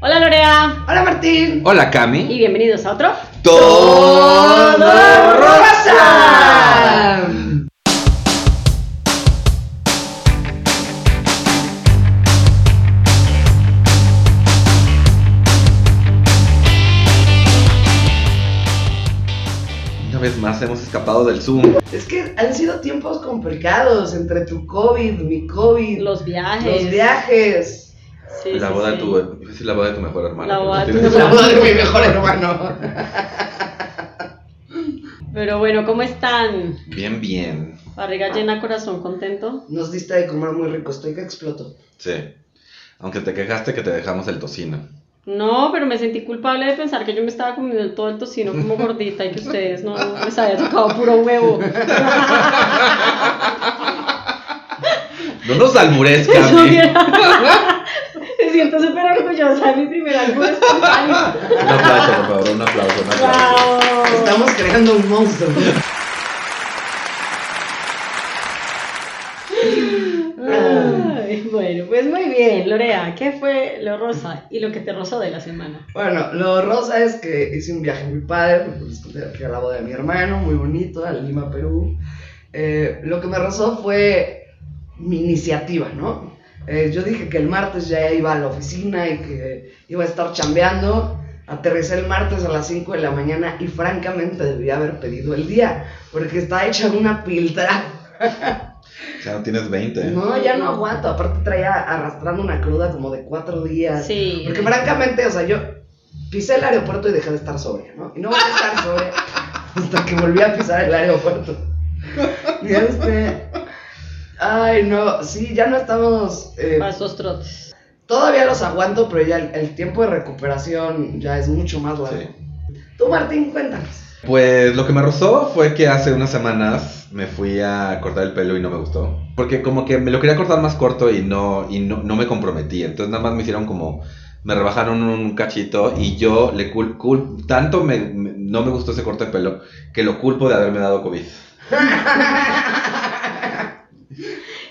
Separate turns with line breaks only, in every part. Hola Lorea
Hola Martín.
Hola
y
Cami.
bienvenidos a otro.
Todo
rosa.
Una vez más hemos escapado del Zoom.
Es que han sido tiempos complicados entre tu COVID, mi COVID,
Los viajes.
los viajes,
Sí,
la
sí,
boda
sí.
de tu, iba a decir la boda de tu mejor hermano.
La
pero
boda
no
de
tienes-
tu-
la boda de mi mejor hermano.
Pero bueno, ¿cómo están?
Bien, bien.
Barriga llena, corazón contento.
Nos diste de comer muy rico, estoy que exploto.
Sí. Aunque te quejaste que te dejamos el tocino.
No, pero me sentí culpable de pensar que yo me estaba comiendo todo el tocino como gordita y que ustedes no les había tocado puro huevo.
No nos almures,
Yo
Cami.
hubiera- Me siento súper orgullosa de mi primer álbum espontáneo.
Un aplauso, por favor, un aplauso, un aplauso.
Oh.
¡Wow!
Estamos creando un monstruo.
Ay, bueno, pues muy bien, Lorea. ¿Qué fue lo rosa y lo que te rozó de la semana?
Bueno, lo rosa es que hice un viaje muy padre, les conté que a la boda de mi hermano, muy bonito, a Lima, Perú. Eh, lo que me rozó fue mi iniciativa, ¿no? Eh, yo dije que el martes ya iba a la oficina y que iba a estar chambeando. Aterricé el martes a las 5 de la mañana y francamente debía haber pedido el día, porque está hecha una piltra.
Ya no tienes 20. ¿eh?
No, ya no aguanto. Aparte traía arrastrando una cruda como de cuatro días.
Sí.
Porque francamente, o sea, yo pisé el aeropuerto y dejé de estar sobria, ¿no? Y no voy a estar sobria hasta que volví a pisar el aeropuerto. Y este... Ay, no, sí, ya no estamos... eh,
Para esos trotes.
todavía los aguanto, pero ya el, el tiempo de recuperación ya es mucho más largo.
Sí.
Tú, Martín, cuéntanos.
Pues lo que me rozó fue que hace unas semanas me fui a cortar el pelo y no me gustó. Porque como que me lo quería cortar más corto y no, y no, no me comprometí. Entonces nada más me hicieron como... Me rebajaron un cachito y yo le cul, cul- tanto me, me- no me gustó ese corte de pelo que lo culpo de haberme dado COVID.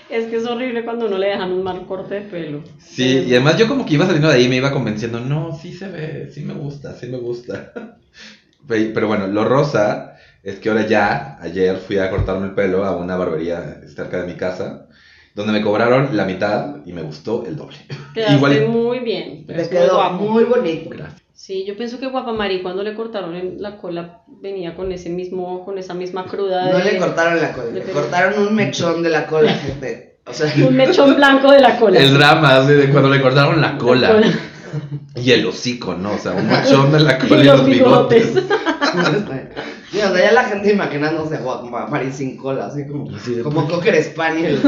Es que es horrible cuando uno le dejan un mal corte de pelo.
Sí, y además yo como que iba saliendo de ahí y me iba convenciendo, no, sí se ve, sí me gusta, sí me gusta. Pe- Pero bueno, lo rosa es que ahora ya, ayer fui a cortarme el pelo a una barbería cerca de mi casa, donde me cobraron la mitad y me gustó el doble.
Quedaste
Igual-
muy bien.
Le
muy
quedó
guapo.
muy bonito.
Sí, yo pienso que Guapa Mari cuando le cortaron en la cola venía con ese mismo, con esa misma cruda
No
de-
le cortaron la cola, le
de-
cortaron un mechón de la cola, gente. O sea...
un mechón blanco de la cola.
El drama así de cuando le cortaron la
La
cola y el hocico, ¿no? O sea, un machón de la cola y, los bigotes.
Sí, Este, o sea, ya la gente imaginándose a Guapa Mari sin cola, así como,
Así de-
como Cocker Spaniel.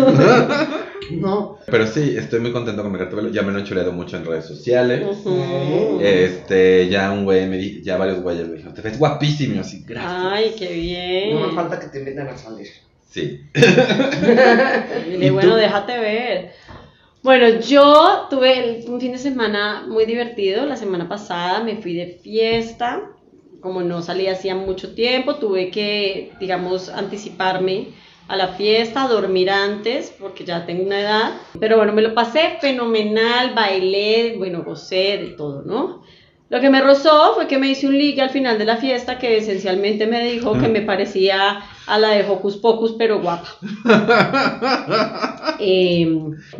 no.
Pero sí, estoy muy contento con mi corte de pelo, ya me lo he chuleado mucho en redes sociales.
Ujú.
Eh,
Este, ya un güey me di- ya varios güeyes me dijeron, te ves guapísimo, y así, gracias.
Ay, qué bien.
No me falta que te inviten a salir.
Sí.
Dile,
¿Y tú?
bueno, déjate ver. Bueno, yo tuve el- un fin de semana muy divertido. La semana pasada me fui de fiesta. Como no salí hacía mucho tiempo, tuve que, digamos, anticiparme a la fiesta, dormir antes, porque ya tengo una edad. Pero bueno, me lo pasé fenomenal, bailé, bueno, gocé de todo, ¿no? Lo que me rozó fue que me hice un ligue al final de la fiesta que esencialmente me dijo que me parecía a la de Hocus Pocus, pero guapa. Eh,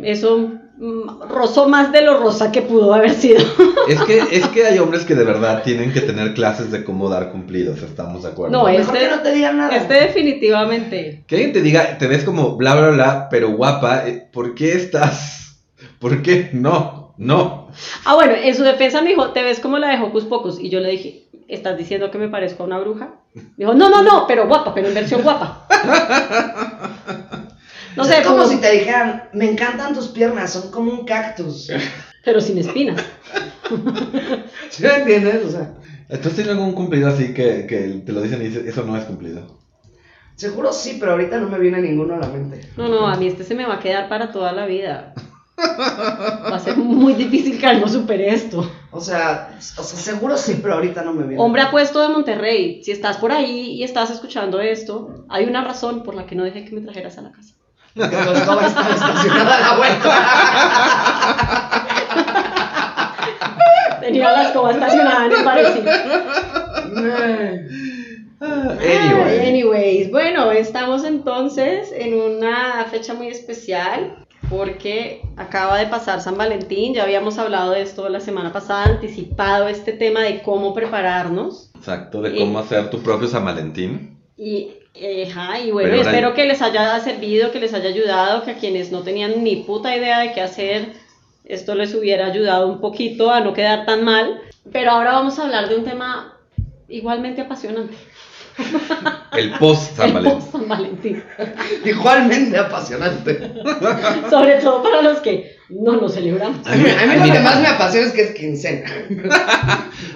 eso mm, rozó más de lo rosa que pudo haber sido.
Es que, es que hay hombres que de verdad tienen que tener clases de cómo dar cumplidos, estamos de acuerdo.
No,
Mejor
este-
que no te digan nada.
Este definitivamente.
Que alguien te diga, te ves como bla bla bla, pero guapa, eh, ¿por qué estás? ¿Por qué? No, no.
Ah, bueno, en su defensa me dijo, te ves como la de Hocus Pocus. Y yo le dije, ¿estás diciendo que me parezco a una bruja? Me dijo, no, no, no, pero guapa, pero en versión guapa. No sé,
es como
como-
si te dijeran, me encantan tus piernas, son como un cactus.
pero sin espinas.
¿Sí me entiendes? O sea,
¿Tú has tenido algún cumplido así que, que te lo dicen y dices, eso no es cumplido?
seguro sí, pero ahorita no me viene ninguno a la mente.
No, no, a mí este se me va a quedar para toda la vida. Va a ser muy difícil que algo supere esto.
O sea, o sea seguro sí, pero ahorita no me viene.
Hombre apuesto de Monterrey, si estás por ahí y estás escuchando esto, hay una razón por la que no dejé que me trajeras a la casa.
Porque costó estar estacionada a la vuelta.
mira la escoba estacionada en el parecito.
Ah,
Ay,
Anyway.
anyways, bueno, estamos entonces en una fecha muy especial porque acaba de pasar San Valentín, ya habíamos hablado de esto la semana pasada, anticipado este tema de cómo prepararnos
Exacto, de cómo hacer tu propio San Valentín.
y, eh, ajá, y bueno,
Pero ahora-
espero que les haya servido, que les haya ayudado, que a quienes no tenían ni puta idea de qué hacer, esto les hubiera ayudado un poquito a no quedar tan mal, pero ahora vamos a hablar de un tema igualmente apasionante,
El post San
el
Valentín.
post San Valentín.
Igualmente apasionante.
Sobre todo para los que no nos celebramos.
A mí, a mí lo que más me apasiona es que es quincena.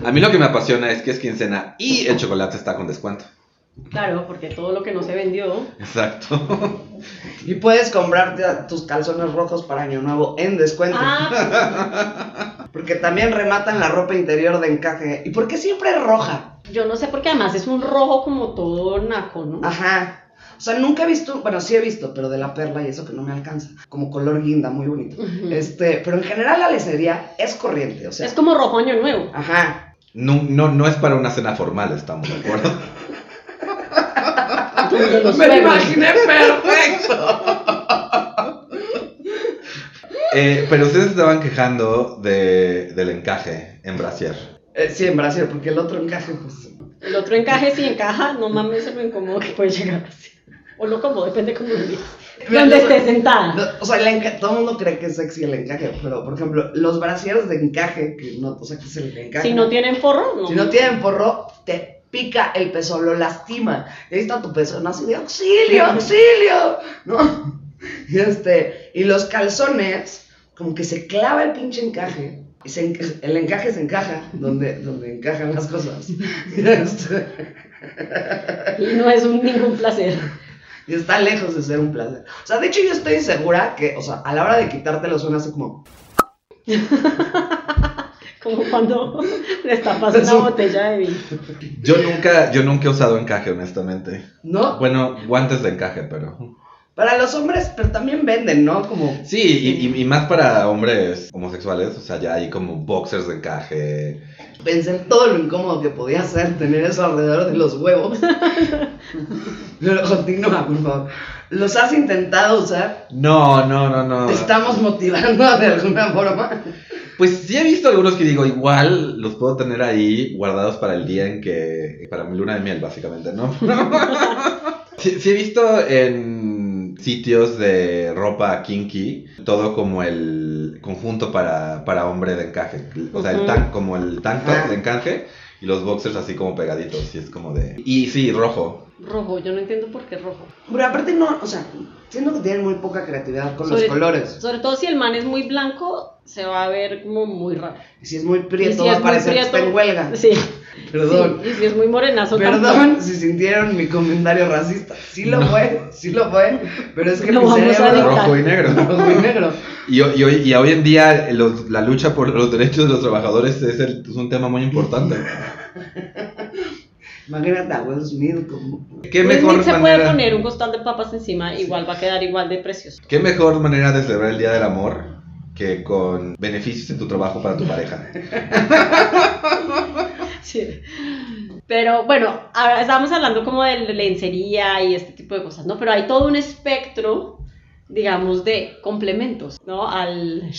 A mí lo que me apasiona es que es quincena y el chocolate está con descuento.
Claro, porque todo lo que no se vendió.
Exacto.
Y puedes comprarte a- tus calzones rojos para Año Nuevo en descuento.
Ah,
Porque también rematan la ropa interior de encaje. ¿Y por qué siempre es roja?
pues, yo no sé porque además es un rojo como todo naco, ¿no?
Ah, Ajá. O sea, nunca he visto, bueno, sí he visto, pero de la perla y eso que no me alcanza. Como color guinda, muy bonito.
Ujú.
Este, pero en general la lecería es corriente, o sea.
Es como rojo año nuevo.
Ajá.
No, no, no es para una cena formal, estamos de acuerdo.
donde los
Ah, pues, Me
suegros-
lo imaginé perfecto.
Eh, pero ustedes estaban quejando de- del encaje en brasier.
Eh, sí, en Brasil, porque el otro encaje, pues.
El otro encaje si encaja, no mames, es lo incomodo que puede llegar a ser. O lo cómodo, depende cómo lo digas. Donde estés sentada.
No, O sea, el enca- todo el mundo cree que es sexy el encaje, pero por ejemplo, los brasieres de encaje, que no, o sea, que es el encaje.
Si no tienen forro, no.
Si no tienen porro, te pica el peso, lo lastima. Y ahí está tu pezón así de auxilio, auxilio, ¿no? Y, este, y los calzones, como que se clava el pinche encaje. Y se enca- el encaje se encaja donde, donde encajan las cosas. Y, este,
Y no es un- ningún placer.
y está lejos de ser un placer. O sea, de hecho, yo estoy segura que, o sea, a la hora de quitártelo suena así como.
Como cuando destapas una
Eso.
botella de vino.
Yo nunca, yo nunca he usado encaje, honestamente.
¿No?
Bueno, guantes de encaje, pero.
Para los hombres, pero también venden, ¿no? Como.
Sí, y, y- y más para hombres homosexuales, o sea, ya hay como boxers de encaje.
Pensé en todo lo incómodo que podía ser tener eso alrededor de los huevos. Pero continúa, por favor. ¿Los has intentado usar?
No, no, no, no.
¿Te estamos motivando de alguna forma?
Pues sí he visto algunos que digo, igual los puedo tener ahí guardados para el día en que. para mi luna de miel, básicamente, ¿no? sí, sí he visto en sitios de ropa kinky todo como el conjunto para, para hombre de encaje. O sea, el tan, como el tank top
Ajá.
de encaje y los boxers así como pegaditos. Y es como de. Y sí, rojo.
Rojo, yo no entiendo por qué rojo.
Pero aparte no, o sea, siento que tienen muy poca creatividad con los
Sobre-
colores.
Sobre todo si el man es muy blanco, se va a ver como muy raro.
Y si es muy
Y
prieto,
si
va
es
a
muy
parecer que está
prieto-
en huelga.
Sí.
Perdón.
Sí, Y si es muy morenazo
Perdón si sintieron mi comentario racista. Sí lo
No.
fue, sí lo fue. Pero es que
Lo
mi
vamos a
cerebro
dictar.
Rojo y negro.
es muy negro.
Y, hoy- y hoy, y hoy en día los- la lucha por los derechos de los trabajadores es, el- es un tema muy importante.
Imagínate a Will Smith como...
¿Qué
Will
mejor
Smith Pues se puede
manera?
poner un costal de papas encima, igual va a quedar igual de precioso.
¿Qué mejor manera de celebrar el Día del Amor que con beneficios en tu trabajo para tu pareja?
Sí. Pero bueno, ahora estábamos hablando como de lencería y este tipo de cosas, ¿no? Pero hay todo un espectro, digamos, de complementos, ¿no? Al...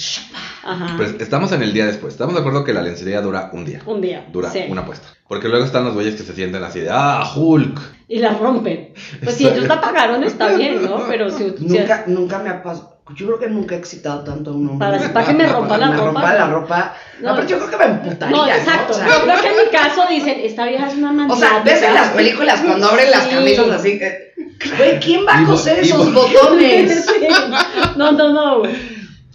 Ajá.
Pues estamos en el día después. Estamos de acuerdo que la lencería dura un día.
Un día.
Dura
sí.
una apuesta. Porque luego están los güeyes que se sienten así de, ah, Hulk.
Y la rompen. Pues si ellos la pagaron, está bien, ¿no? Pero si... si-
Nunca, nunca me ha pasado. Yo creo que nunca he excitado tanto a un hombre.
Para- para que me rompa
Para que
la
me
ropa.
la ropa. No,
No.
pero yo creo que me emputaría.
No, exacto.
O sea,
Yo creo que en mi caso dicen, esta vieja es una
o
mandada.
sea, ves en las películas cuando abren las
Sí.
camisas así que. Güey, ¿quién va a
Y bo-
coser
y
esos
bo-
botones?
No, no, no. güey.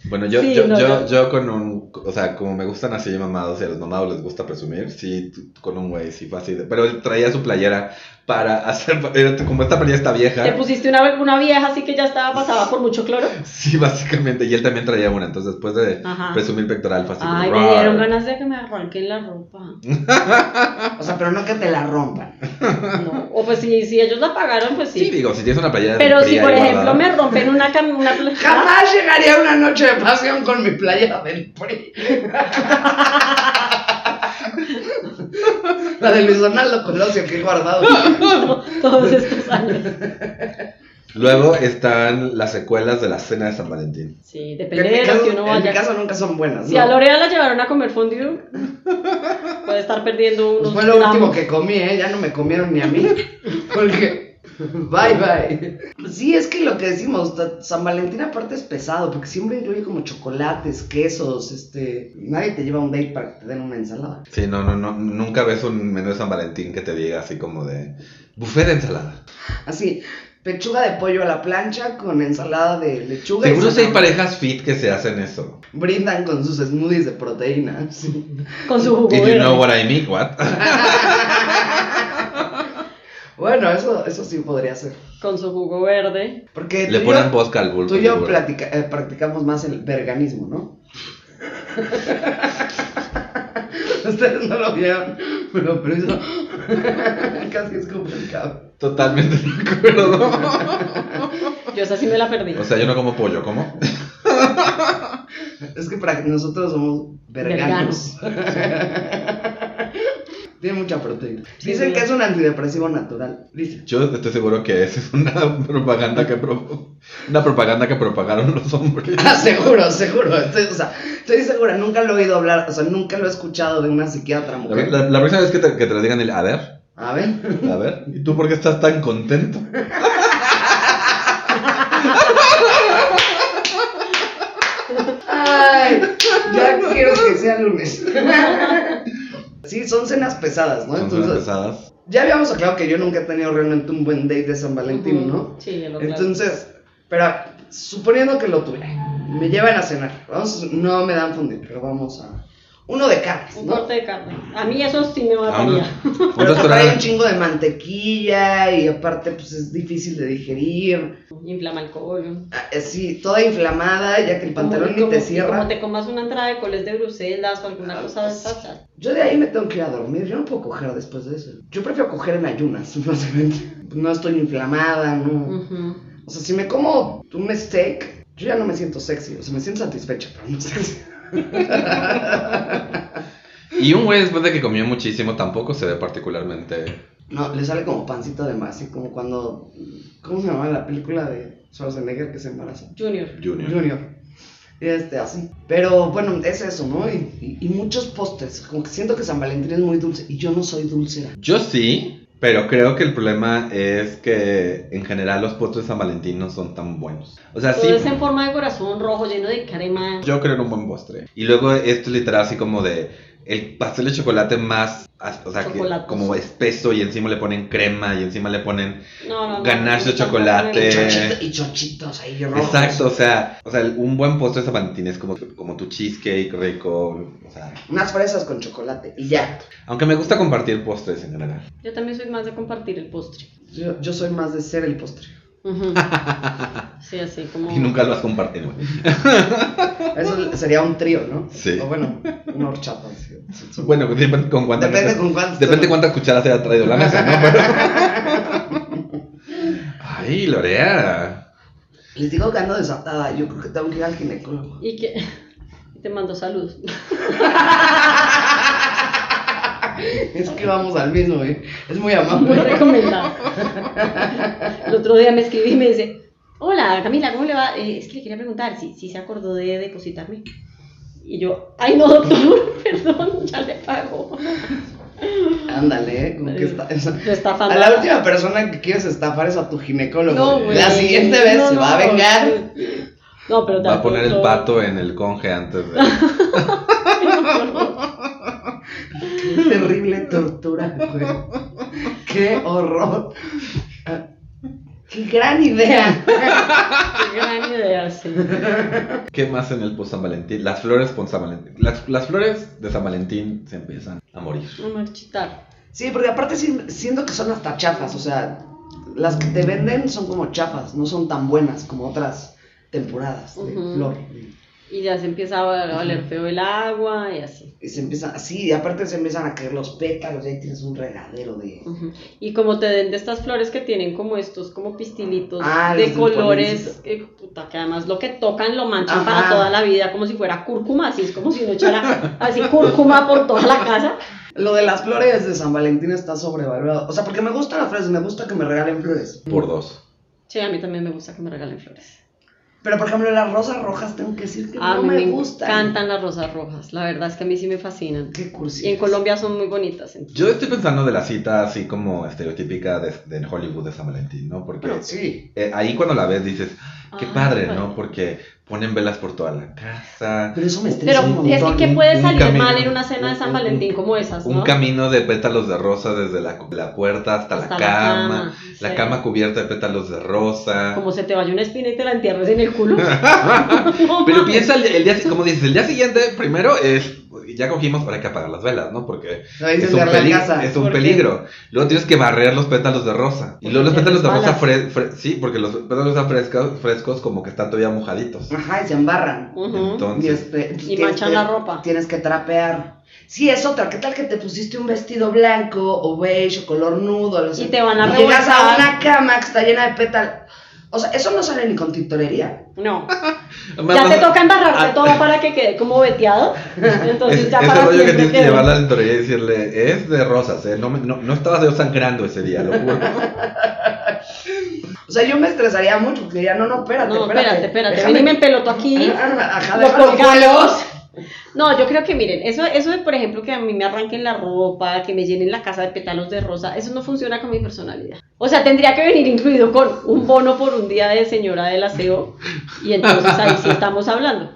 Bueno, yo,
Sí,
yo,
no,
yo,
no.
yo con un, o sea, como me gustan así mamados y a los mamados les gusta presumir, sí, t- con un güey, sí, fue así. de- pero él traía su playera para hacer, era como esta playera está vieja.
Te pusiste una, una vieja así que ya estaba pasada por mucho cloro.
Sí, básicamente, y él también traía una, entonces después de
Ajá.
presumir pectoral fácil.
Ay, me dieron ganas de que me arranquen la ropa.
O sea, pero no que te la rompan.
No. O pues si, si ellos la pagaron, pues
Sí,
sí.
digo, si tienes una playera
Pero si,
fría
por
y
ejemplo,
guardada-
me rompen una camisa... Una...
Jamás llegaría a una noche de pasión con mi playera del PRI. La de Luis Donaldo Colosio que he guardado.
todos estos años.
Luego están las secuelas de la cena de San Valentín.
Sí,
Que en
depende
mi
de lo
caso-
que uno
en mi
vaya.
caso nunca son buenas.
Si
¿no?
a Lorea la llevaron a comer fondue, puede estar perdiendo
Pues
unos
fue lo último
gramos.
que comí, ¿eh? Ya no me comieron ni a mí. Porque. Bye, bye. Sí, es que lo que decimos, ta- San Valentín aparte es pesado, porque siempre incluye como chocolates, quesos, este. Nadie te lleva un date para que te den una ensalada.
Sí, no, no, no. Nunca ves un menú de San Valentín que te diga así como de buffet de ensalada.
Así, pechuga de pollo a la plancha con ensalada de lechuga. y
Seguro si hay
zanahoria.
parejas fit que se hacen eso.
Brindan con sus smoothies de proteína. sí.
Con su jugo
If you
verde.
know what I mean, what?
Bueno, eso, eso sí podría ser.
Con su jugo verde.
Porque
Le
tú y
ponen
yo-
vodka al bulbo.
Tú y yo
seguro.
platica- eh, practicamos más el veganismo, ¿no? Ustedes no lo vieron, pero, pero eso casi es complicado.
Totalmente de acuerdo.
Yo esa sí me la perdí.
O sea, yo no como pollo, ¿cómo?
Es que para nosotros somos veganos. Tiene mucha proteína.
Sí,
Dicen
sí.
que es un antidepresivo natural. Dicen.
Yo estoy seguro que esa es una propaganda que pro- una propaganda que propagaron los hombres.
Ah, seguro, seguro. Estoy, o sea, estoy segura, nunca lo he oído hablar, o sea, nunca lo he escuchado de una psiquiatra
La,
mujer.
la- la próxima vez que te, que te lo digan el a ver,
A ver.
a ver, ¿y tú por qué estás tan contento?
Ay, ya quiero que sea lunes. Sí, son cenas pesadas, ¿no?
Son
Entonces,
unas pesadas.
ya habíamos aclarado que yo nunca he tenido realmente un buen date de San Valentín, ¿no?
Sí, ya lo claro.
Entonces, pero suponiendo que lo tuviera, me llevan a cenar, vamos, no me dan fundir, pero vamos a uno de carnes,
Un
¿no?
corte de carne. A mí eso sí me
A un,
mataría.
Ah,
Pero te
un
trae un
restaurante,
chingo de mantequilla y aparte pues es difícil de digerir,
Inflama el colon.
Ah, eh, sí, toda inflamada ya que el pantalón ni
Como-
te
como-
cierra.
Como te comas una entrada de coles de Bruselas o alguna cosa de estas. ya.
Yo de ahí me tengo que ir a dormir, yo no puedo coger después de eso. Yo prefiero coger en ayunas, básicamente. No estoy inflamada, no.
Ujú.
O sea, si me como un steak, yo ya no me siento sexy. O sea, me siento satisfecha, pero no sexy.
y un güey después de que comió muchísimo tampoco se ve particularmente.
No, le sale como pancito de más, así como cuando. ¿Cómo se llama la película de Schwarzenegger que se embaraza?
Junior.
Junior.
Junior. Este, así. Pero bueno, es eso, ¿no? Y, y- y muchos postres. Como que siento que San Valentín es muy dulce. Y yo no soy dulcera.
Yo sí, pero creo que el problema es que en general los postres de San Valentín no son tan buenos. O sea,
Todo
sí,
es en forma de corazón rojo, lleno de crema.
yo creo en un buen postre. Y luego esto es literal así como de el pastel de chocolate más, as- o sea, que
Chocolatoso.
como espeso y encima le ponen crema y encima le ponen
No, no, no.
Ganache de chocolate.
Y,
Eh.
chochito- y chochitos ahí rojos.
Exacto, o sea, o sea, un buen postre de San Valentín es como, como tu cheesecake rico, o sea,
Unas fresas con chocolate y ya.
aunque me gusta compartir postres en general.
Yo también soy más de compartir el postre.
Yo, yo soy más de ser el postre.
Ujú. sí, así como.
Y nunca lo has compartido.
Eso sería un trío, ¿no?
Sí.
O bueno, una horchata. sí.
Bueno, depende con cuántas
Depende con cuántas-
depende cuántas cucharas haya traído la mesa, ¿no? Pero- Ay, Lorea.
Les digo que ando desatada. Yo creo que tengo que ir al ginecólogo.
Y que. y Te mando saludos.
Es que vamos al mismo, güey. Es
Muy
muy amable.
recomendado. El otro día me escribí y me dice: Hola Camila, ¿cómo le va? Eh, es que le quería preguntar si, si se acordó de depositarme. Y yo: Ay, no, doctor, perdón, ya le pago.
Ándale, ¿eh? Como que está.
Yo estafando.
A la última persona que quieres estafar es a tu ginecólogo.
No, güey.
La siguiente vez
No,
se va a
no.
vengar.
No, pero
Va a poner el
tampoco-
pato en el conge antes de.
Qué terrible tortura, güey. Qué horror. Ah, Qué gran idea.
Qué gran idea, sí.
¿Qué más en el post San Valentín? Las flores post San Valentín. Las, las flores de San Valentín se empiezan a morir.
No marchitar.
Sí, porque aparte sí- siento que son hasta chafas, o sea, las que te venden son como chafas, no son tan buenas como otras temporadas de
Ujú.
flor.
Y ya se empieza a oler feo el agua y así.
Y se empiezan, sí, y aparte se empiezan a caer los pétalos, y ahí tienes un regadero de...
Ujú. Y como te den de estas flores que tienen como estos, como pistilitos
Ah,
de
los
colores, eh, puta, que además lo que tocan lo manchan
Ajá.
para toda la vida, como si fuera cúrcuma, así es como si no echara así cúrcuma por toda la casa.
Lo de las flores de San Valentín está sobrevalorado. O sea, porque me gustan las flores, me gusta que me regalen flores.
Por dos.
Sí, a mí también me gusta que me regalen flores.
Pero por ejemplo, las rosas rojas tengo que decir que
A
no
mí
me,
me
gustan.
encantan las rosas rojas. La verdad es que a mí sí me fascinan.
Qué cursi.
Y en Colombia son muy bonitas. entonces.
Yo estoy pensando de la cita así como estereotípica de, de Hollywood de San Valentín, ¿no? Porque
Bueno, sí.
eh, ahí cuando la ves dices, qué
Ah,
padre,
bueno.
¿no? Porque ponen velas por toda la casa.
Pero eso me
Pero
estresa un
es
montón. ¿eh?
que ¿qué
Este un-
puede
un
salir
camino,
mal en una cena de San
un-
Valentín como esas,
Un
Pues, ¿no?
camino de pétalos de rosa desde la, la puerta hasta, la
Hasta la
cama.
cama,
La
sí.
cama cubierta de pétalos de rosa.
Como se te vaya una espina y te la entierres en el culo.
Pero piensa el, el día, como dices, el día siguiente, primero es, ya cogimos, ahora hay que apagar las velas, ¿no? Porque
Ahí
es
se
un,
cierra la
peli-
casa.
es un
¿Por qué?
peligro. Luego tienes que barrer los pétalos de rosa. Y luego los
Porque te
pétalos de rosa
resbalas.
fre- fre- sí, porque los pétalos de rosa frescos, frescos como que están todavía mojaditos.
Ajá, y se embarran.
Ujú.
Y,
Entonces,
este, entonces
Y
tienes
manchan
que-
la ropa.
Tienes que trapear. Sí, es otra. ¿Qué tal que te pusiste un vestido blanco o beige o color nudo? Lo sé?
Y te van a
Llegas a
revolcar.
una cama que está llena de pétalos. O sea, eso no sale ni con tintorería.
No.
Además,
Ya
vas
te
a-
toca embarrarte
ah,
todo para que quede como veteado. Entonces
Es,
ya
ese
para
rollo que
siempre
tienes que
quedó.
llevar la tintorería y decirle, es de rosas, ¿eh? No, me- no, no estabas yo sangrando ese día, lo juro.
O sea, yo me estresaría mucho porque ya no, no, espérate.
No, espérate, espérate.
déjame- Ah,
Ven y me empeloto aquí.
Ah,
Ajá,
Lo
déjalo
colgamos. No, yo creo que miren, eso, eso de por ejemplo que a mí me arranquen la ropa, que me llenen la casa de pétalos de rosa, eso no funciona con mi personalidad. O sea, tendría que venir incluido con un bono por un día de señora del aseo y entonces ahí sí estamos hablando.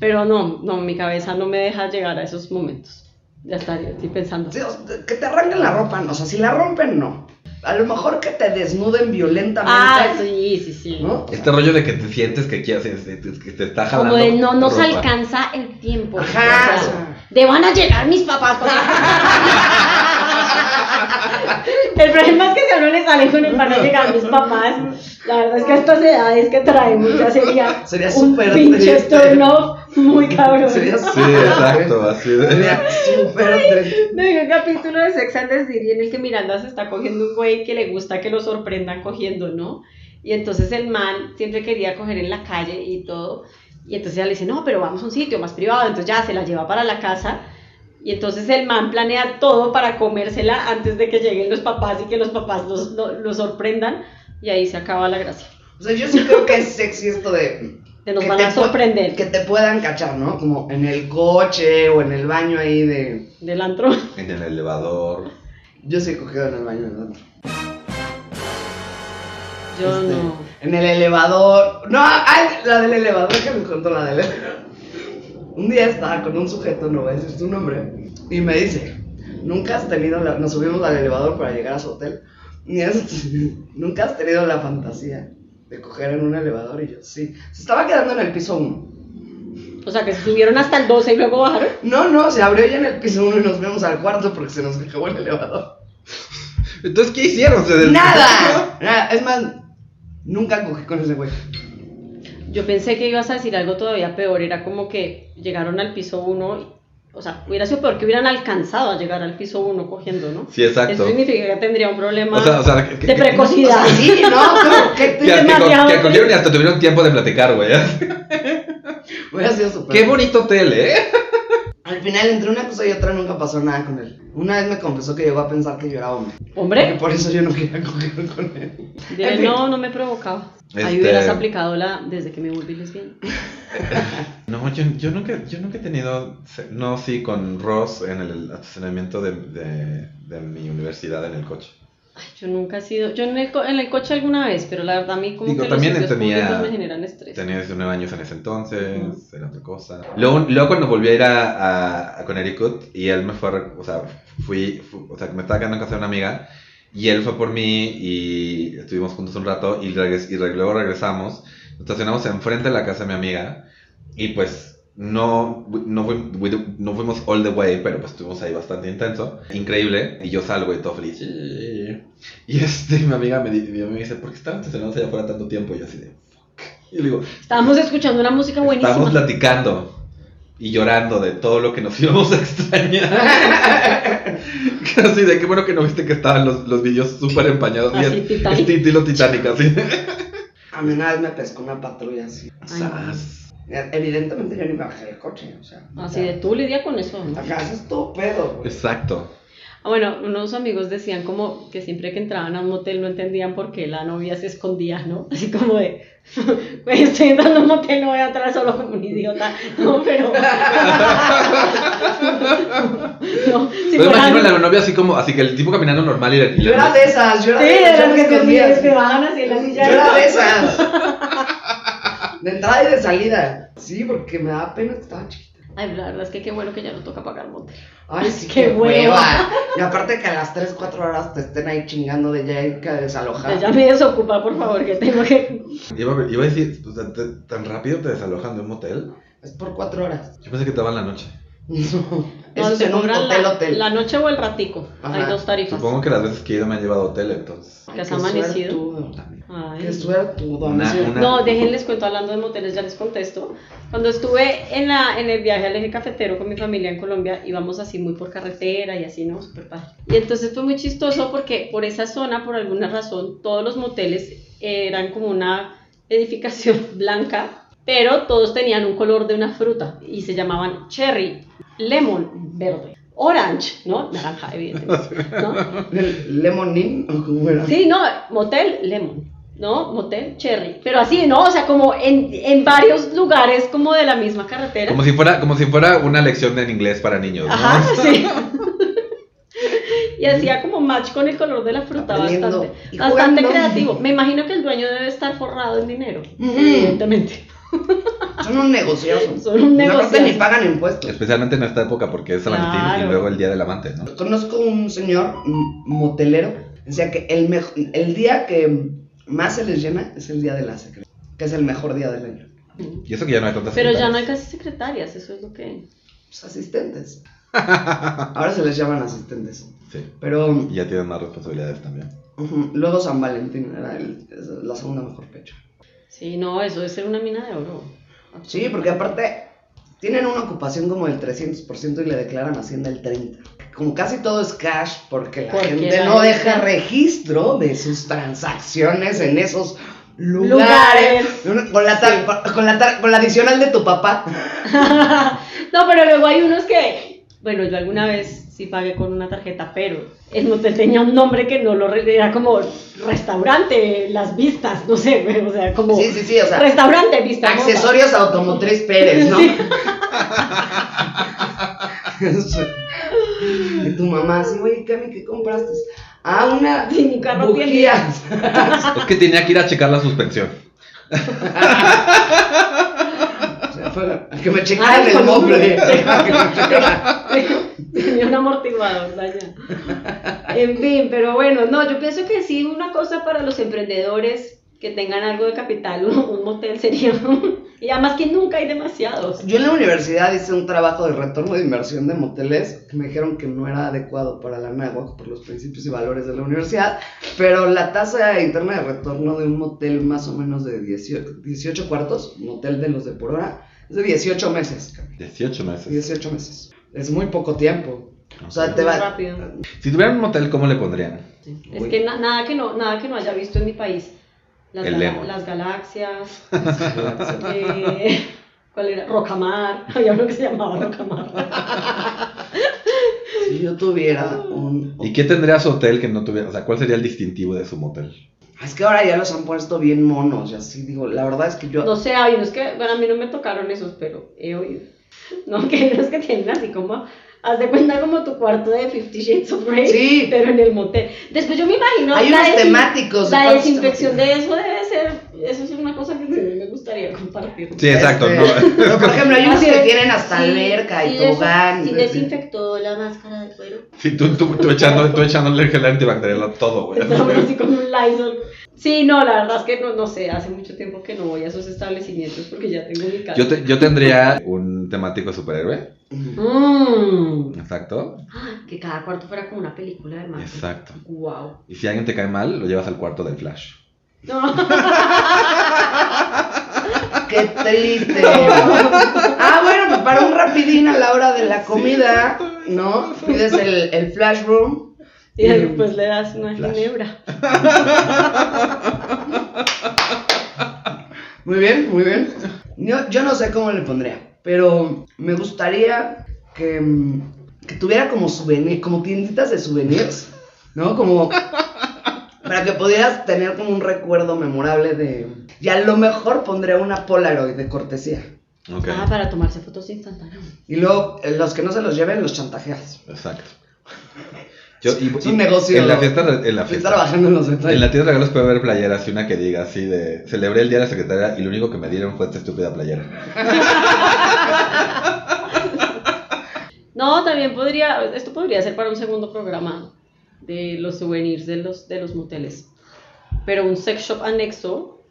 Pero no, no, mi cabeza no me deja llegar a esos momentos. Ya está, yo estoy pensando.
Sí, o sea, que te arranquen la ropa, no. o sea, si la rompen, no. A lo mejor que te desnuden violentamente.
Ah, sí, sí, sí.
¿no?
Este rollo de que te sientes que quieres, que te está jalando
Como de no nos
ropa.
alcanza el tiempo.
Ajá.
O sea, Te van a llegar mis papás. con- el problema es que si a uno le sale con el van a llegar mis papás. La verdad es que a estas edades que traemos ya sería,
Sería
un
súper
pinche
triste.
turn off muy cabrón.
Sería
Sí, exacto, así de...
Sería súper triste.
Me vi un capítulo de Sex and the City en el que Miranda se está cogiendo un güey que le gusta que lo sorprendan cogiendo, ¿no? Y entonces el man siempre quería coger en la calle y todo. Y entonces ella le dice, no, pero vamos a un sitio más privado. Entonces ya se la lleva para la casa. Y entonces el man planea todo para comérsela antes de que lleguen los papás y que los papás los, lo, lo sorprendan. Y ahí se acaba la gracia.
O sea, yo sí creo que es sexy esto de.
Te nos
que
van a
pue-
sorprender
Que te puedan cachar, ¿no? Como en el coche o en el baño ahí de.
del antro.
En el elevador.
Yo sí he cogido en el baño del otro.
Yo
Este,
no.
En el elevador. No, ay, la del elevador que me contó la del elevador. Un día estaba con un sujeto, no voy a decir su nombre, y me dice, nunca has tenido la... Nos subimos al elevador para llegar a su hotel. Y es, nunca has tenido la fantasía de coger en un elevador. Y yo, sí. Se estaba quedando en el piso 1.
O sea, que se subieron hasta el 12 y luego bajaron.
No, no, se abrió ya en el piso 1 y nos vemos al cuarto porque se nos acabó el elevador.
Entonces, ¿qué hicieron? ¿Se des-
¡Nada! Nada, Ah, Es más, nunca cogí con ese güey.
Yo pensé que ibas a decir algo todavía peor, era como que llegaron al piso 1, o sea, hubiera sido peor que hubieran alcanzado a llegar al piso 1 cogiendo, ¿no?
Sí, exacto.
Eso significa que tendría un problema
O sea, o sea, que-
de
que-
precocidad.
Sí, no, como que
Que, que,
demasiado
que cogieron y hasta tuvieron tiempo de platicar, güey.
Hubiera sido súper.
Qué bonito hotel, ¿eh?
Al final, entre una cosa y otra, nunca pasó nada con él. Una vez me confesó que llegó a pensar que yo era hombre. Y
Hombre,
por eso yo no quería coger con él.
dile,
En fin.
no, no me provocaba. Ahí
Este-
hubieras aplicado la desde que me volví lesbiana.
No, yo, yo, nunca, yo nunca he tenido. se- No, sí, con Ross en el estacionamiento de, de, de mi universidad en el coche.
Ay, yo nunca he sido, yo en el, co- en el coche alguna vez, pero la verdad a mí como
Digo,
que
también
los sitios
tenía-
públicos me generan estrés.
Tenía 19 años en ese entonces, era otra cosa. Luego, luego cuando volví a ir a, a, a Connecticut y él me fue, a rec- o sea, fui, fu- o sea, me estaba quedando en casa de una amiga y él fue por mí y estuvimos juntos un rato y, regres- y reg- luego regresamos, nos estacionamos enfrente de la casa de mi amiga y pues no, no, fui- fui- no fuimos all the way, pero pues estuvimos ahí bastante intenso, increíble, y yo salgo y todo feliz. Y este, mi amiga me, di- mi amiga me dice, ¿por qué estaban estacionados allá afuera tanto tiempo? Y yo así de... "Fuck". Y le digo,
Estábamos escuchando una música buenísima.
Estábamos platicando y llorando de todo lo que nos íbamos a extrañar. Así de qué bueno que no viste que estaban los, los vídeos súper empañados. y
Así,
es-
Titanic.
es Titilo Titanic, así.
A mí una vez me pescó una patrulla así.
Sas.
Evidentemente yo ni me bajé del coche, o sea.
Así de tú lidia con eso. ¿no?
Acá haces todo pedo, güey.
Exacto.
Ah, Bueno, unos amigos decían como que siempre que entraban a un motel no entendían por qué la novia se escondía, ¿no? Así como de, güey, estoy entrando a un motel, no voy a entrar solo como un idiota. No, pero... no, si
Pero
fuera
imagino a
algo-
la novia así como, así que el tipo caminando normal y la, y
Yo
la-
era de esas, yo era
Sí,
de
de
esas.
las que
que
se,
escondía.
se bajan así en la
Yo
silla.
era de esas. De entrada y de salida. Sí, porque me da pena que estaba chiquita.
Ay, la verdad es que qué bueno que ya no toca pagar motel.
Ay, sí,
Qué
qué,
hueva.
hueva. Y aparte que a las 3, 4 horas te estén ahí chingando de ya hay que desalojar.
Ya me desocupa, por favor, que tengo que...
Iba, a- iba a decir, o sea, te- tan rápido te desalojan de un motel.
Es por 4 horas.
Yo pensé que te daban la noche.
Eso
No,
es
te
en un
cobran
hotel,
la,
hotel.
la noche o el ratico.
Ajá.
Hay dos tarifas.
Supongo que las veces que he ido me han llevado a hotel, entonces.
Ay,
que has
qué
amanecido.
suertudo.
Ay.
Qué suertudo. a mí
Una-
sí-
una-
No, déjenles cuento hablando de moteles, ya les contesto. Cuando estuve en, la, en el viaje al eje cafetero con mi familia en Colombia, íbamos así muy por carretera y así, ¿no? Súper padre. Y entonces fue muy chistoso porque por esa zona, por alguna razón, todos los moteles eran como una edificación blanca, pero todos tenían un color de una fruta y se llamaban cherry, lemon, verde, orange, ¿no? Naranja, evidentemente, ¿no?
¿El Lemonín o cómo era?
Sí, no, motel lemon, ¿no? Motel cherry. Pero así, ¿no? O sea, como en, en varios lugares como de la misma carretera.
Como si fuera, como si fuera una lección de en inglés para niños, ¿no?
Ajá, sí. y hacía como match con el color de la fruta,
Aprendiendo
bastante,
y
bastante
jugando.
creativo. Me imagino que el dueño debe estar forrado en dinero,
Ujú.
evidentemente.
Son un negocioso.
Son un
Y aparte
negocioso.
ni pagan impuestos.
Especialmente en esta época porque es San Valentín
Claro.
y luego el Día del Amante, ¿no?
Conozco un señor mm, motelero. Decía que el, mejo- el día que más se les llena es el día de la secreta, que es el mejor día del año.
Y eso que ya no hay tantas
Pero ya no hay
secretarias.
casi secretarias, eso es lo que...
Los Pues, asistentes. Ahora se les llaman asistentes.
Sí.
Pero
Y ya tienen más responsabilidades también.
ujú, luego San Valentín era el- es la segunda mejor fecha.
Sí, no, eso debe ser una mina de oro.
Sí, porque aparte tienen una ocupación como del 300% y le declaran Hacienda el 30%. Como casi todo es cash, porque la
Porque
gente
la
no
gente-
deja registro de sus transacciones en esos
Lugares.
lugares. Con, la tar- con, la tar- con la adicional de tu papá.
No, pero luego hay unos que, bueno, yo alguna vez sí pagué con una tarjeta, pero el motel tenía un nombre que no lo re- era como restaurante, las vistas, no sé, güey, o sea, como
Sí, sí, sí, o sea,
restaurante vistas.
Accesorios automotriz Pérez, ¿no?
Sí.
y tu mamá así, oye, Cami, ¿qué compraste? Ah, una
Sí, mi carro tiene.
bujía".
Es que tenía que ir a checar la suspensión.
O sea, fue a que me checaran el
nombre.
mofle. A que me checaran.
Tenía un amortiguador, daña. En fin, pero bueno, no, yo pienso que sí, una cosa para los emprendedores que tengan algo de capital, un, un motel sería. Y además que nunca hay demasiados.
Yo en la universidad hice un trabajo de retorno de inversión de moteles que me dijeron que no era adecuado para la NAGUAC por los principios y valores de la universidad, pero la tasa interna de retorno de un motel más o menos de 18, 18 cuartos, motel de los de por hora, es de 18 meses. cabrón.
18 meses.
18 meses. Es muy poco tiempo. O sea, te
Muy
va...
rápido.
Si tuvieran un motel, ¿cómo le pondrían?
Es que na- nada que no nada que no haya visto en mi país. Las,
El
gala-
lemon.
las galaxias. eh, ¿Cuál era? Rocamar. Había uno que se llamaba Rocamar.
Si yo tuviera un...
¿Y qué tendría su hotel que no tuviera? O sea, ¿cuál sería el distintivo de su motel?
Es que ahora ya los han puesto bien monos y así digo, la verdad es que yo...
No sé, hay unos que, bueno, a mí no me tocaron esos, pero he oído. No, que hay unos que tienen así como, haz de cuenta como tu cuarto de Fifty Shades of Grey,
Sí.
pero en el motel. Después yo me imagino...
Hay
la
unos
desin-
temáticos de
La
cuartos
desinfección de eso debe ser, eso es una cosa que me gustaría compartir.
Sí, exacto.
Este,
¿no?
pero, por ejemplo, hay unos
Así
que
es.
tienen hasta
Sí,
alberca y
sí, des-
tobogán.
Sí,
y-
desinfectó la máscara de cuero.
Sí, tú, tú, tú, echando, tú echándole el gel antibacterial a todo, güey.
Estamos así con un Lysol. Sí, no, la verdad es que no, no sé, hace mucho tiempo que no voy a esos establecimientos porque ya tengo mi casa.
Yo, te- yo tendría un temático superhéroe.
Ujú.
Mm.
Exacto.
Ah, que cada cuarto fuera como una película de Marvel.
Exacto.
Wow.
Y si alguien te cae mal, lo llevas al cuarto del Flash.
No.
Qué triste. ah, bueno, pues para un rapidín a la hora de la comida, ¿no? Pides el, el flash room.
Y después le das una
Flash.
ginebra.
Muy bien, muy bien. Yo, yo no sé cómo le pondría, pero me gustaría que mm, que tuviera como souvenir, como tienditas de souvenirs, ¿no? Como para que pudieras tener como un recuerdo memorable de... Y a lo mejor pondré una Polaroid de cortesía.
Ok.
Ah, para tomarse fotos instantáneas.
Y luego, eh, los que no se los lleven, los chantajeas.
Exacto. Yo, y-
Es un
y-
negocio.
En la fiesta, en la
Estoy
fiesta.
trabajando en los
En
detalles.
la tienda de regalos puede haber playeras y una que diga así de celebré el día de la secretaria y lo único que me dieron fue esta estúpida playera.
No, también podría, esto podría ser para un segundo programa de los souvenirs de los, de los moteles. Pero un sex shop anexo,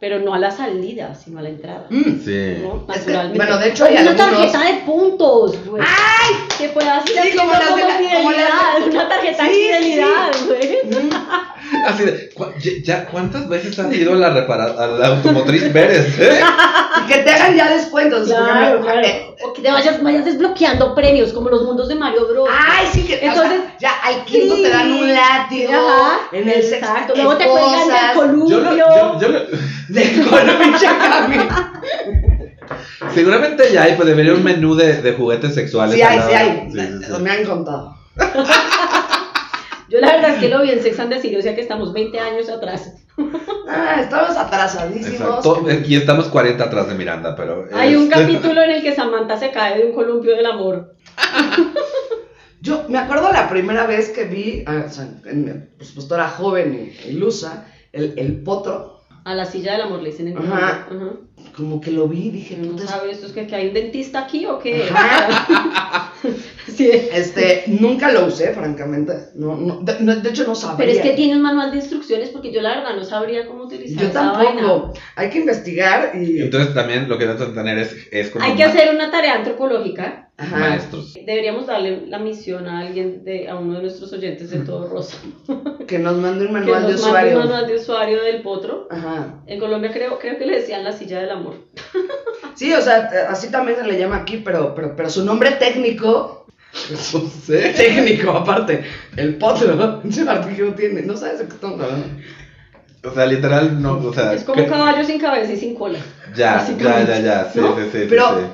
pero no a la salida, sino a la entrada.
Mm.
Sí.
¿no?
Es que,
Naturalmente.
bueno, de hecho hay
una
algunos-
tarjeta de puntos, güey. ¡Ay! Que puedas ir
Sí,
haciendo
como las de la-
fidelidad,
como las de-
una tarjeta
Sí,
de fidelidad,
sí.
güey.
Así de, "¿Cu- ya- ya, ¿cuántas veces has ido a la, repara- a la automotriz Pérez? eh?"
Y que te hagan ya descuentos.
Claro,
porque me-
claro.
eh,
O que te vayas, vayas desbloqueando premios, como los mundos de Mario Bros.
Ay, sí que. Entonces,
Entonces-
ya al quinto te dan un látigo.
Ajá,
en el sexto.
exacto.
te
Luego te cuelgan
posas,
del columpio.
Yo lo- yo- yo lo-
De color pinche cami.
Seguramente ya hay, pues debería un menú de, de juguetes sexuales.
Sí, hay,
al
sí,
lado.
hay.
Sí, sí, sí.
Me han contado.
Yo la verdad es que lo vi en Sex and the City, o sea que estamos 20 años atrás.
Ah, estamos atrasadísimos.
Exacto. Eh. Y estamos 40 atrás de Miranda, pero.
Hay un
este,
capítulo en el que Samantha se cae de un columpio del amor.
Yo me acuerdo la primera vez que vi, ah, o sea, en- pues, pues, era joven y ilusa, el, el potro,
A la silla del amor le dicen en Colombia.
Ajá.
Ajá.
como que lo vi y dije,
No
puta, es-
sabes, ¿esto es que, que hay un dentista aquí o qué? Sí.
este, nunca lo usé, francamente. No, no, de, no, de hecho, no sabía.
Pero es que tiene un manual de instrucciones porque yo la verdad no sabría cómo utilizar
Yo
esa vaina.
tampoco. Hay que investigar y.
Entonces también lo que debes de tener es, es como
Hay que
ma-
hacer una tarea antropológica.
Ajá.
maestros.
Deberíamos darle la misión a alguien, de, a uno de nuestros oyentes de Todo Rosa,
Que nos mande un
que
manual
nos
de
mande
usuario.
un manual de usuario del potro.
Ajá.
En Colombia creo, creo que le decían la silla del amor.
Sí, o sea, eh, así también se le llama aquí, pero, pero, pero su nombre técnico.
No sé.
Técnico, aparte. El potro. ¿no? artículo tiene. No sabes de qué estamos hablando.
O sea, literal, no. O sea,
Es como un
que-
caballo sin cabeza y sin cola.
Ya, ya,
básicamente,
ya, ya. Sí,
¿no?
sí, sí. sí,
Pero-
sí.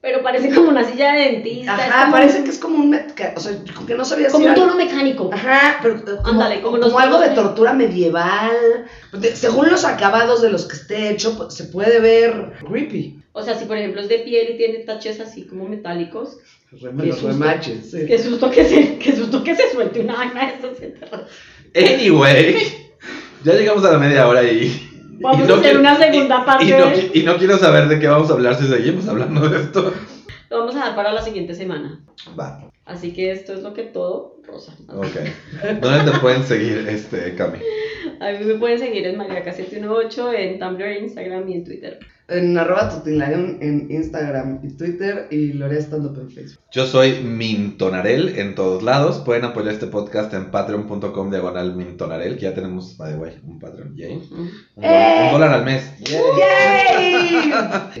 Pero parece como una silla de dentista. es
Ajá,
como-
parece que es como un. meca- O sea, como que no sabía si
Como un
era-
tono mecánico.
Ajá, pero eh, como,
Ándale, como los-
algo de tortura medieval. De- según los acabados de los que esté hecho, pues, se puede ver creepy.
O sea, si por ejemplo es de piel y tiene taches así como metálicos, Qué
Los
susto.
remaches. sí.
qué susto que se, qué susto que se suelte una vaina de esas enterradas.
Anyway, ya llegamos a la media hora y.
Vamos a hacer
quiero-
una segunda
y-
parte
Y no,
de-
qui- y no quiero saber de qué vamos a hablar si seguimos hablando de esto.
Lo vamos a dar para la siguiente semana.
Va,
Así que esto es lo que todo, Rosa.
ok. ¿Dónde te pueden seguir, este, Cami?
A mí me pueden seguir en mariaca718 en Tumblr, Instagram y en Twitter.
En arroba tutinlagan en Instagram y Twitter y Lorea estando en Facebook.
Yo soy Mintonarel en todos lados. Pueden apoyar este podcast en patreon.com diagonal Mintonarel, que ya tenemos, by the way, un Patreon. Yay. Un, dólar,
¡Eh!
un dólar al mes. Yay.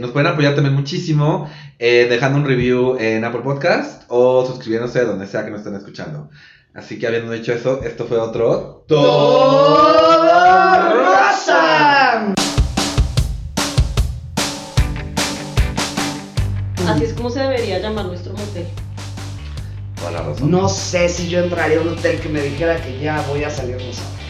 Nos pueden apoyar también muchísimo eh, dejando un review en Apple Podcast o suscribiéndose donde sea que nos estén escuchando. Así que habiendo dicho eso, esto fue otro
¡Todo rosa!
Así es como se debería llamar nuestro motel.
Toda la razón.
No sé si yo entraría a un hotel que me dijera que ya voy a salir rosada.